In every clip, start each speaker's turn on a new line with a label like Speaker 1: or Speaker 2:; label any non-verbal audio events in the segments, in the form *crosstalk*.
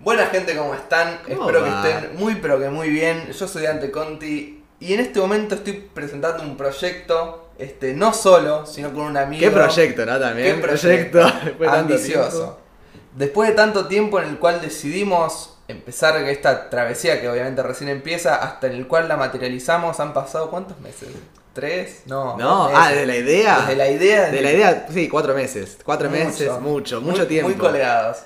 Speaker 1: Buena gente, ¿cómo están?
Speaker 2: ¿Cómo
Speaker 1: Espero
Speaker 2: va?
Speaker 1: que estén muy pero que muy bien. Yo soy Dante Conti y en este momento estoy presentando un proyecto, este, no solo, sino con un amigo.
Speaker 2: Qué proyecto, ¿no? También.
Speaker 1: Qué
Speaker 2: proyecto. *laughs* Después de tanto
Speaker 1: ambicioso.
Speaker 2: tiempo.
Speaker 1: Después de tanto tiempo en el cual decidimos empezar esta travesía que obviamente recién empieza, hasta en el cual la materializamos, han pasado cuántos meses? ¿Tres? No.
Speaker 2: No,
Speaker 1: dos
Speaker 2: ah,
Speaker 1: meses.
Speaker 2: desde la idea.
Speaker 1: Desde la idea.
Speaker 2: De la idea, sí, cuatro meses. Cuatro meses, mucho, mucho
Speaker 1: Muy-
Speaker 2: tiempo.
Speaker 1: Muy colegados.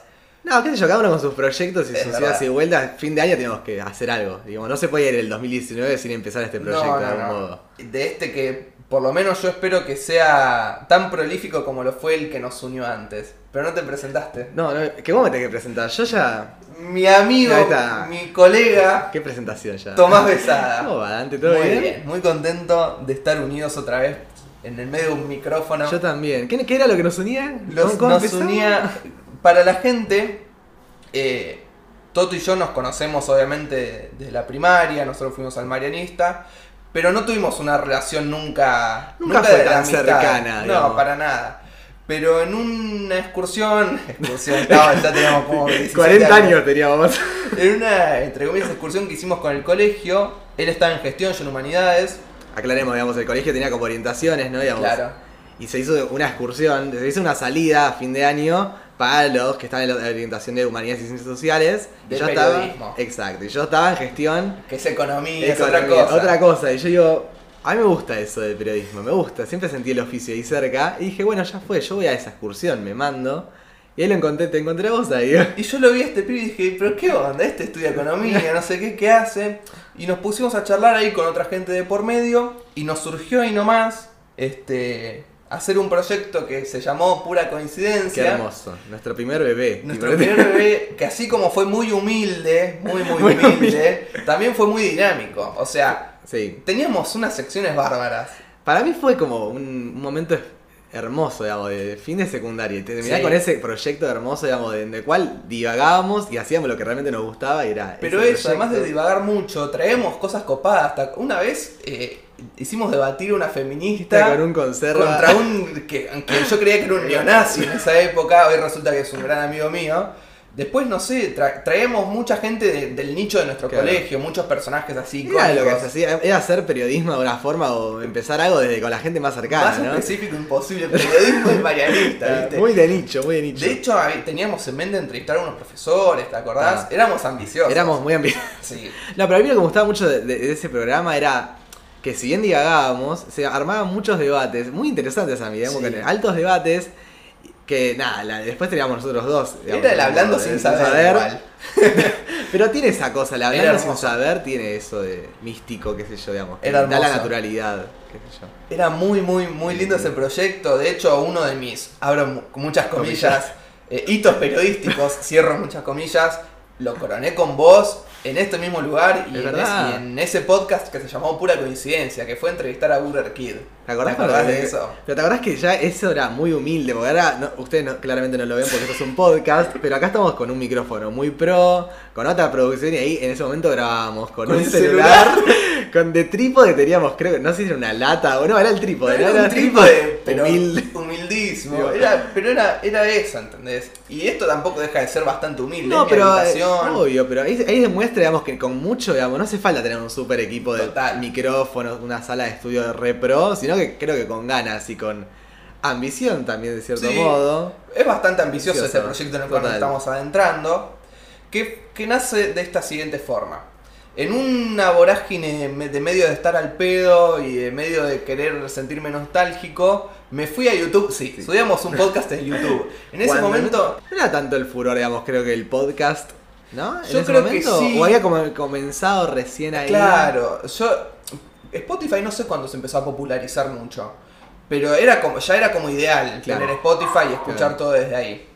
Speaker 2: No, qué sé yo, cada uno con sus proyectos y
Speaker 1: Es
Speaker 2: sus
Speaker 1: verdad.
Speaker 2: idas y vueltas. Fin de año tenemos que hacer algo. Digamos, no se puede ir el 2019 sin empezar este proyecto de algún modo.
Speaker 1: De este que por lo menos yo espero que sea tan prolífico como lo fue el que nos unió antes. Pero no te presentaste.
Speaker 2: No, no, que vos me tenés que presentar. Yo ya.
Speaker 1: Mi amigo,
Speaker 2: Ahí está.
Speaker 1: mi colega,
Speaker 2: ¿Qué presentación ya?
Speaker 1: Tomás
Speaker 2: *laughs*
Speaker 1: Besada.
Speaker 2: ¿Cómo va, Dante? ¿Todo
Speaker 1: Muy bien, muy contento de estar unidos otra vez en el medio de un micrófono.
Speaker 2: Yo también. ¿Qué, qué era lo que nos unía?
Speaker 1: Los,
Speaker 2: ¿Cómo- cómo
Speaker 1: nos
Speaker 2: empezamos? *laughs*
Speaker 1: unía. Para la gente, eh, Toto y yo nos conocemos obviamente desde la primaria, nosotros fuimos al Marianista, pero no tuvimos una relación nunca.
Speaker 2: Nunca fue
Speaker 1: de la
Speaker 2: tan
Speaker 1: amistad.
Speaker 2: cercana,
Speaker 1: No,
Speaker 2: digamos.
Speaker 1: para nada. Pero en una excursión. *laughs* Excursión, no, ya teníamos
Speaker 2: *laughs*
Speaker 1: como 17
Speaker 2: 40 años teníamos.
Speaker 1: En una, entre comillas, excursión que hicimos con el colegio, él estaba en gestión, yo en humanidades.
Speaker 2: Aclaremos, digamos, el colegio tenía como orientaciones, ¿no? Digamos,
Speaker 1: Claro.
Speaker 2: Y se hizo una excursión, se hizo una salida a fin de año para los que estaban en la orientación de humanidades y ciencias sociales.
Speaker 1: De
Speaker 2: y yo estaba,
Speaker 1: periodismo.
Speaker 2: exacto, y yo estaba en gestión.
Speaker 1: Que es economía, es
Speaker 2: economía,
Speaker 1: otra cosa.
Speaker 2: otra cosa, y yo digo, a mí me gusta eso del periodismo, me gusta, siempre sentí el oficio ahí cerca, y dije, bueno, ya fue, yo voy a esa excursión, me mando, y ahí lo encontré, te encontré a vos ahí.
Speaker 1: Y yo lo vi a este pibe y dije, pero qué onda, este estudia economía, no sé qué, qué hace. Y nos pusimos a charlar ahí con otra gente de por medio y nos surgió ahí nomás este, hacer un proyecto que se llamó Pura
Speaker 2: Qué
Speaker 1: Coincidencia.
Speaker 2: hermoso, nuestro primer bebé.
Speaker 1: Nuestro
Speaker 2: Tipo,
Speaker 1: primer bebé, que así como fue muy humilde, muy muy
Speaker 2: *laughs* Muy
Speaker 1: humilde, también fue muy dinámico. O sea,
Speaker 2: *laughs* Sí,
Speaker 1: teníamos unas secciones bárbaras.
Speaker 2: Para mí fue como un, un momento hermoso, digamos, de fin de secundaria. Y terminar
Speaker 1: Sí.
Speaker 2: con ese proyecto hermoso, digamos, en el cual divagábamos y hacíamos lo que realmente nos gustaba y era.
Speaker 1: Pero
Speaker 2: ese
Speaker 1: eso, además de
Speaker 2: proyecto.
Speaker 1: divagar mucho, traemos cosas copadas. Hasta una vez eh, hicimos debatir una feminista.
Speaker 2: Con un conserva.
Speaker 1: Contra
Speaker 2: *laughs*
Speaker 1: un. que, que yo creía que era un neonazi en esa época, hoy resulta que es un gran amigo mío. Después, no sé, tra- traemos mucha gente de- del nicho de nuestro
Speaker 2: Claro.
Speaker 1: colegio, muchos personajes así.
Speaker 2: Era lo que se
Speaker 1: icónicos.
Speaker 2: hacía, era hacer periodismo de una forma o empezar algo desde con la gente más cercana,
Speaker 1: Más
Speaker 2: ¿no?
Speaker 1: específico imposible, periodismo y marianista, ¿viste?
Speaker 2: Muy de nicho, muy de nicho.
Speaker 1: De hecho, ahí teníamos en mente entrevistar a unos profesores, ¿te acordás?
Speaker 2: Ah.
Speaker 1: Éramos ambiciosos.
Speaker 2: Éramos muy ambi-
Speaker 1: Sí.
Speaker 2: No, pero a mí lo que me gustaba mucho de, de- de ese programa era que si bien divagábamos, se armaban muchos debates, muy interesantes a mí, digamos,
Speaker 1: Sí.
Speaker 2: con altos debates, que nada, la- después teníamos nosotros dos. digamos,
Speaker 1: Era el hablando
Speaker 2: como de-
Speaker 1: sin saber. igual.
Speaker 2: Pero tiene esa cosa, el hablando sin
Speaker 1: hermoso.
Speaker 2: saber tiene eso de místico, qué sé yo, digamos. que
Speaker 1: Era
Speaker 2: da la
Speaker 1: hermoso.
Speaker 2: naturalidad, qué sé yo.
Speaker 1: Era muy, muy, muy lindo ese proyecto. De hecho, uno de mis, abro mu- muchas comillas, eh, hitos
Speaker 2: *laughs*
Speaker 1: periodísticos, cierro muchas comillas, lo coroné con vos en este mismo lugar y,
Speaker 2: Es
Speaker 1: en,
Speaker 2: verdad.
Speaker 1: es- y en ese podcast que se llamó Pura Coincidencia, que fue entrevistar a Burger Kid.
Speaker 2: ¿Te acordás,
Speaker 1: ¿Te acordás
Speaker 2: cuando-
Speaker 1: de eso?
Speaker 2: Pero te acordás que ya eso era muy humilde, porque ahora no- ustedes no- claramente no lo ven porque esto es un podcast, pero acá estamos con un micrófono muy pro, con otra producción y ahí en ese momento grabábamos con,
Speaker 1: Con
Speaker 2: un
Speaker 1: el
Speaker 2: celular, *laughs* con de trípode teníamos, creo que no sé si era una lata o no, era el trípode,
Speaker 1: Era
Speaker 2: ¿no?
Speaker 1: un trípode, pero
Speaker 2: humilde.
Speaker 1: humildísimo.
Speaker 2: Digo.
Speaker 1: Era, pero era, era eso, ¿entendés? Y esto tampoco deja de ser bastante humilde. es
Speaker 2: No,
Speaker 1: mi
Speaker 2: pero eh,
Speaker 1: habitación.
Speaker 2: obvio, pero ahí, ahí demuestra, digamos, que con mucho, digamos, no hace falta tener un super equipo de
Speaker 1: Total.
Speaker 2: micrófonos, una sala de estudio de repro, sino que creo que con ganas y con ambición también de cierto
Speaker 1: Sí.
Speaker 2: modo.
Speaker 1: Es bastante ambicioso
Speaker 2: Ambicioso,
Speaker 1: este proyecto en el cual nos
Speaker 2: total.
Speaker 1: estamos adentrando, que, que nace de esta siguiente forma. En una vorágine me- de medio de estar al pedo y de medio de querer sentirme nostálgico, me fui a YouTube. Sí,
Speaker 2: Sí.
Speaker 1: subíamos
Speaker 2: *laughs*
Speaker 1: un podcast en YouTube. En ese
Speaker 2: Cuando
Speaker 1: momento,
Speaker 2: No era tanto el furor, digamos, creo que el podcast, ¿no? ¿En
Speaker 1: Yo
Speaker 2: ese
Speaker 1: creo que
Speaker 2: momento?
Speaker 1: sí.
Speaker 2: ¿O había como comenzado recién ahí?
Speaker 1: claro, yo. Spotify no sé cuándo se empezó a popularizar mucho, pero era como, ya era como ideal
Speaker 2: Claro.
Speaker 1: tener Spotify y escuchar
Speaker 2: Claro.
Speaker 1: todo desde ahí.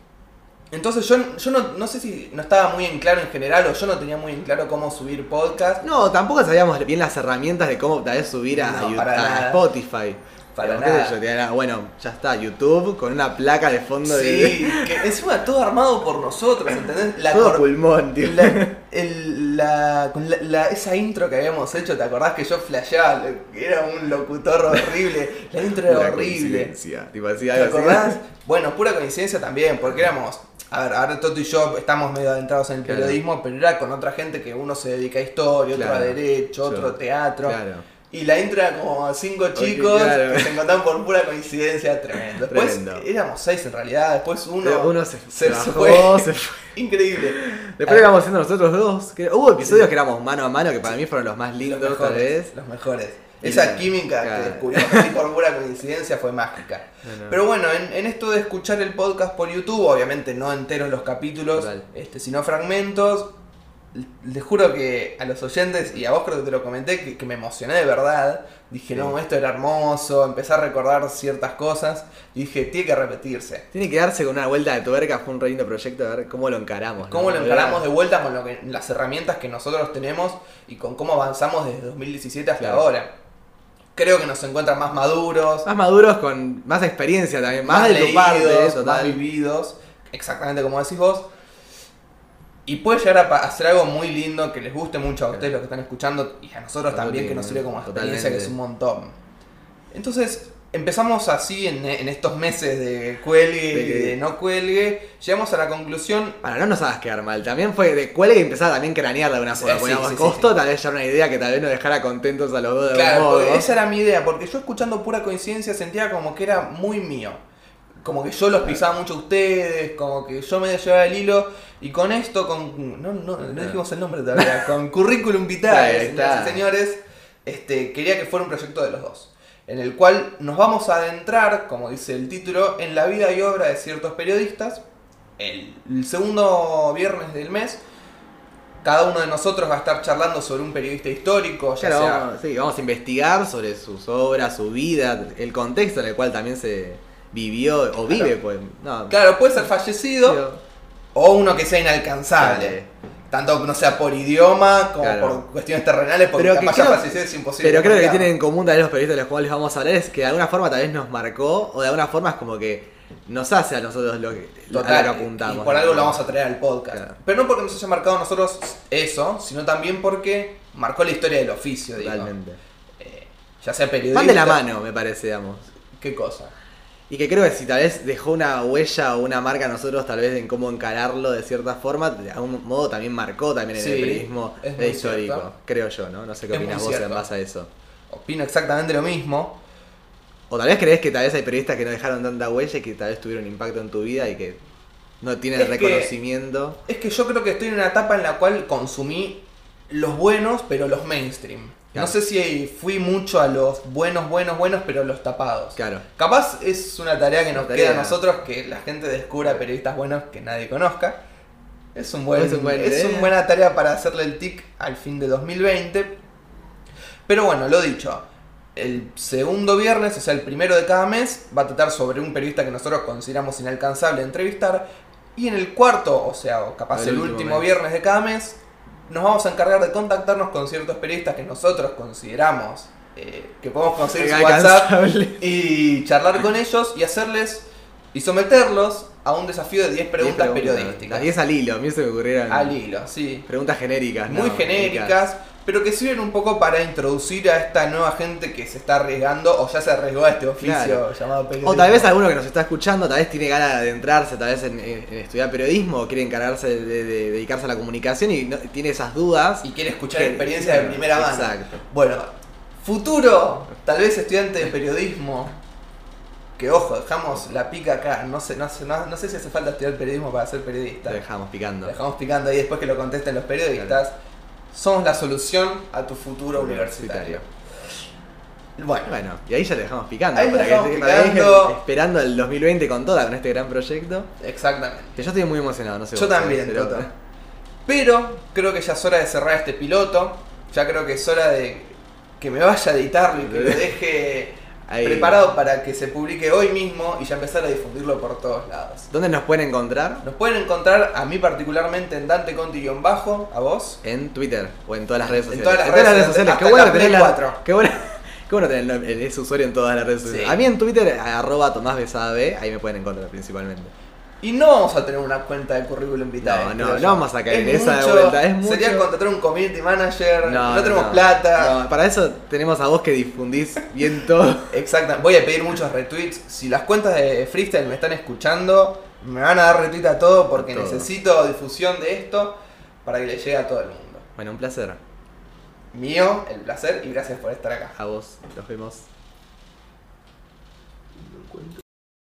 Speaker 1: Entonces yo, yo no, no sé si no estaba muy en claro en general o yo no tenía muy en claro cómo subir podcast.
Speaker 2: No, tampoco sabíamos bien las herramientas de cómo tal vez subir a,
Speaker 1: No,
Speaker 2: Yu-
Speaker 1: para
Speaker 2: a
Speaker 1: nada.
Speaker 2: Spotify.
Speaker 1: Para
Speaker 2: Digamos, qué sé
Speaker 1: nada.
Speaker 2: yo, tenía- bueno, ya está, YouTube con una placa de fondo *laughs* de...
Speaker 1: Sí, que encima todo armado por nosotros, ¿entendés? La,
Speaker 2: Todo
Speaker 1: cor-
Speaker 2: pulmón, tío.
Speaker 1: la- el- la- con la- la- esa intro que habíamos hecho, ¿te acordás que yo flasheaba? lo- que Era un locutor horrible. La intro era
Speaker 2: Pura
Speaker 1: horrible.
Speaker 2: coincidencia, Tipo así,
Speaker 1: ¿Te
Speaker 2: algo así.
Speaker 1: acordás? Bueno, pura coincidencia también, porque éramos A ver, ahora Toto y yo estamos medio adentrados en el
Speaker 2: Claro.
Speaker 1: periodismo, pero era con otra gente que uno se dedica a historia, otro
Speaker 2: Claro.
Speaker 1: a derecho, otro
Speaker 2: Claro.
Speaker 1: a teatro.
Speaker 2: Claro.
Speaker 1: Y la intro era como cinco chicos
Speaker 2: claro.
Speaker 1: que se encontraban por pura coincidencia, tremendo. Después
Speaker 2: Tremendo.
Speaker 1: éramos seis en realidad, después uno,
Speaker 2: Pero uno se, se bajó,
Speaker 1: fue.
Speaker 2: *laughs* se fue.
Speaker 1: Increíble.
Speaker 2: Después
Speaker 1: Ah,
Speaker 2: íbamos siendo nosotros dos. que- hubo episodios que éramos mano a mano que para mí fueron los más
Speaker 1: los
Speaker 2: lindos, tal vez.
Speaker 1: mejores. Los mejores.
Speaker 2: Y
Speaker 1: Esa
Speaker 2: la-
Speaker 1: química
Speaker 2: claro.
Speaker 1: que descubrimos así por pura coincidencia fue mágica.
Speaker 2: No, no.
Speaker 1: Pero bueno, en, en esto de escuchar el podcast por YouTube, obviamente no enteros los capítulos,
Speaker 2: Total.
Speaker 1: este, sino fragmentos, l- les juro que a los oyentes y a vos creo que te lo comenté, que, que me emocioné de verdad. Dije,
Speaker 2: Sí.
Speaker 1: no, esto era hermoso, empecé a recordar ciertas cosas y dije, tiene que repetirse.
Speaker 2: Tiene que darse con una vuelta de tuerca, fue un re lindo proyecto, a ver cómo lo encaramos. ¿no?
Speaker 1: Cómo lo
Speaker 2: Volver a-
Speaker 1: encaramos de vuelta con lo que- las herramientas que nosotros tenemos y con cómo avanzamos desde 2017 hasta
Speaker 2: Claro.
Speaker 1: ahora. Creo que nos encuentran más maduros,
Speaker 2: Más maduros, con más experiencia también, más, de tu
Speaker 1: leídos,
Speaker 2: parte,
Speaker 1: más
Speaker 2: total.
Speaker 1: vividos, exactamente como decís vos. Y puede llegar a pa- hacer algo muy lindo que les guste mucho a ustedes, los que están escuchando, y a nosotros
Speaker 2: Totalmente,
Speaker 1: también, que nos sirve como experiencia,
Speaker 2: totalmente.
Speaker 1: que es un montón. Entonces, empezamos así en, en estos meses de cuelgue
Speaker 2: De
Speaker 1: y
Speaker 2: que-
Speaker 1: de no cuelgue, llegamos a la conclusión
Speaker 2: Para no nos hagas quedar mal, también fue de cuál y empezaba también cranearla de una forma.
Speaker 1: Sí,
Speaker 2: Poníamos
Speaker 1: sí, sí,
Speaker 2: costo, tal vez ya era una idea que tal vez nos dejara contentos a los dos de
Speaker 1: Claro,
Speaker 2: algún modo.
Speaker 1: porque esa era mi idea, porque yo escuchando pura coincidencia sentía como que era muy mío. Como que yo los pisaba mucho a ustedes, como que yo me llevaba el hilo. Y con esto, con. No, no, no dijimos el nombre
Speaker 2: *laughs*
Speaker 1: todavía, con Currículum
Speaker 2: Ahí
Speaker 1: Vitae,
Speaker 2: está.
Speaker 1: señoras y señores, este, quería que fuera un proyecto de los dos. En el cual nos vamos a adentrar, como dice el título, en la vida y obra de ciertos periodistas. El, el segundo viernes del mes, cada uno de nosotros va a estar charlando sobre un periodista histórico, ya
Speaker 2: Claro,
Speaker 1: sea
Speaker 2: vamos, sí, vamos a investigar sobre sus obras, su vida, el contexto en el cual también se vivió o vive, pues. No,
Speaker 1: Claro, puede ser fallecido
Speaker 2: digo,
Speaker 1: o uno que sea inalcanzable. Tanto no sea por idioma como
Speaker 2: Claro.
Speaker 1: por cuestiones terrenales, porque
Speaker 2: Pero que
Speaker 1: capaz ya
Speaker 2: creo-
Speaker 1: fallecido es imposible.
Speaker 2: Pero creo que
Speaker 1: comunicar.
Speaker 2: tienen en común también los periodistas de los cuales vamos a hablar es que de alguna forma tal vez nos marcó o de alguna forma es como que nos hace a nosotros lo que, a
Speaker 1: Total,
Speaker 2: lo que apuntamos.
Speaker 1: Y por algo lo vamos a traer al podcast.
Speaker 2: Claro.
Speaker 1: Pero no porque nos haya marcado a nosotros eso, sino también porque marcó la historia del oficio, digo.
Speaker 2: Totalmente.
Speaker 1: Eh, ya sea periodista.
Speaker 2: Van de la mano, me parece, digamos.
Speaker 1: ¿Qué cosa?
Speaker 2: Y que creo que si tal vez dejó una huella o una marca a nosotros, tal vez en cómo encararlo de cierta forma, de algún modo también marcó también en el
Speaker 1: Sí,
Speaker 2: periodismo
Speaker 1: es muy
Speaker 2: histórico,
Speaker 1: cierto.
Speaker 2: creo yo, ¿no? No sé qué
Speaker 1: Es muy
Speaker 2: opinas vos en
Speaker 1: cierto.
Speaker 2: base a eso.
Speaker 1: Opino exactamente lo mismo.
Speaker 2: O tal vez crees que tal vez hay periodistas que no dejaron tanta huella y que tal vez tuvieron impacto en tu vida y que no tienen
Speaker 1: Es que-
Speaker 2: reconocimiento.
Speaker 1: Es que yo creo que estoy en una etapa en la cual consumí los buenos, pero los mainstream.
Speaker 2: Claro.
Speaker 1: No sé si fui mucho a los buenos, buenos, buenos, pero los tapados.
Speaker 2: Claro.
Speaker 1: Capaz es una tarea que nos
Speaker 2: Una tarea.
Speaker 1: queda a nosotros que la gente descubra periodistas buenos que nadie conozca. Es, un buen,
Speaker 2: Es
Speaker 1: es,
Speaker 2: un buen-
Speaker 1: una buena tarea para hacerle el tic al fin de 2020. Pero bueno, lo dicho. El segundo viernes, o sea, el primero de cada mes, va a tratar sobre un periodista que nosotros consideramos inalcanzable entrevistar. Y en el cuarto, o sea, o capaz
Speaker 2: El
Speaker 1: el,
Speaker 2: último
Speaker 1: último,
Speaker 2: mes.
Speaker 1: viernes de cada mes, nos vamos a encargar de contactarnos con ciertos periodistas que nosotros consideramos eh, que podemos conseguir su WhatsApp
Speaker 2: Inalcanzable.
Speaker 1: y charlar con ellos y hacerles y someterlos a un desafío de 10 preguntas
Speaker 2: Diez
Speaker 1: periodísticas.
Speaker 2: Las 10 al hilo, a mí se me ocurrieron
Speaker 1: Al hilo, sí.
Speaker 2: preguntas genéricas.
Speaker 1: Muy
Speaker 2: no,
Speaker 1: genéricas, pero que sirven un poco para introducir a esta nueva gente que se está arriesgando o ya se arriesgó a este oficio
Speaker 2: Claro.
Speaker 1: llamado periodismo.
Speaker 2: O tal vez alguno que nos está escuchando, tal vez tiene ganas de adentrarse, tal vez en, en- en estudiar periodismo, o quiere encargarse de, de- de dedicarse a la comunicación y no- tiene esas dudas.
Speaker 1: y quiere escuchar
Speaker 2: Que-
Speaker 1: experiencias de primera mano.
Speaker 2: Exacto.
Speaker 1: Bueno, futuro, tal vez estudiante de periodismo. Que ojo, dejamos la pica acá. No sé, no sé, no, no sé si hace falta estudiar periodismo para ser periodista.
Speaker 2: Lo dejamos picando.
Speaker 1: Lo dejamos picando ahí después que lo contesten los periodistas. Somos la solución a tu futuro universitario. Bueno,
Speaker 2: Bueno, y ahí ya lo dejamos picando.
Speaker 1: Ahí lo
Speaker 2: para que-
Speaker 1: dejamos
Speaker 2: para que
Speaker 1: picando.
Speaker 2: dejen esperando el 2020 con toda, con este gran proyecto.
Speaker 1: exactamente.
Speaker 2: Que yo estoy muy emocionado, no sé.
Speaker 1: Yo
Speaker 2: vos, ¿eh?
Speaker 1: también,
Speaker 2: pero-
Speaker 1: Toto. Pero creo que ya es hora de cerrar este piloto. Ya creo que es hora de que me vaya a editarlo y que
Speaker 2: *laughs*
Speaker 1: lo deje
Speaker 2: Ahí.
Speaker 1: preparado para que se publique hoy mismo y ya empezar a difundirlo por todos lados.
Speaker 2: ¿Dónde nos pueden encontrar?
Speaker 1: Nos pueden encontrar a mí particularmente en Dante Conti-Bajo, a vos.
Speaker 2: En Twitter o en todas las redes
Speaker 1: En
Speaker 2: sociales.
Speaker 1: todas las redes sociales,
Speaker 2: Qué
Speaker 1: hasta
Speaker 2: bueno
Speaker 1: la
Speaker 2: tener
Speaker 1: Play
Speaker 2: la-
Speaker 1: 4.
Speaker 2: Qué bueno. *laughs* Qué bueno tener el nombre- el- ese usuario en todas las redes
Speaker 1: Sí.
Speaker 2: sociales. A mí en Twitter, a- arroba Tomás Besada B, ahí me pueden encontrar principalmente.
Speaker 1: Y no vamos a tener una cuenta de currículum vitae.
Speaker 2: No, no,
Speaker 1: creo
Speaker 2: no
Speaker 1: yo.
Speaker 2: vamos a caer
Speaker 1: Es
Speaker 2: en esa de
Speaker 1: mucho,
Speaker 2: vuelta, es
Speaker 1: Sería
Speaker 2: mucho.
Speaker 1: contratar un community manager, no, tenemos plata.
Speaker 2: No, para eso tenemos a vos que difundís bien todo.
Speaker 1: Exacta. Voy a pedir muchos retweets. Si las cuentas de freestyle me están escuchando, Me van a dar retweet a todo porque
Speaker 2: todo.
Speaker 1: necesito difusión de esto para que le llegue a todo el mundo.
Speaker 2: Bueno, un placer.
Speaker 1: Mío, el placer y gracias por estar acá.
Speaker 2: A vos, nos vemos.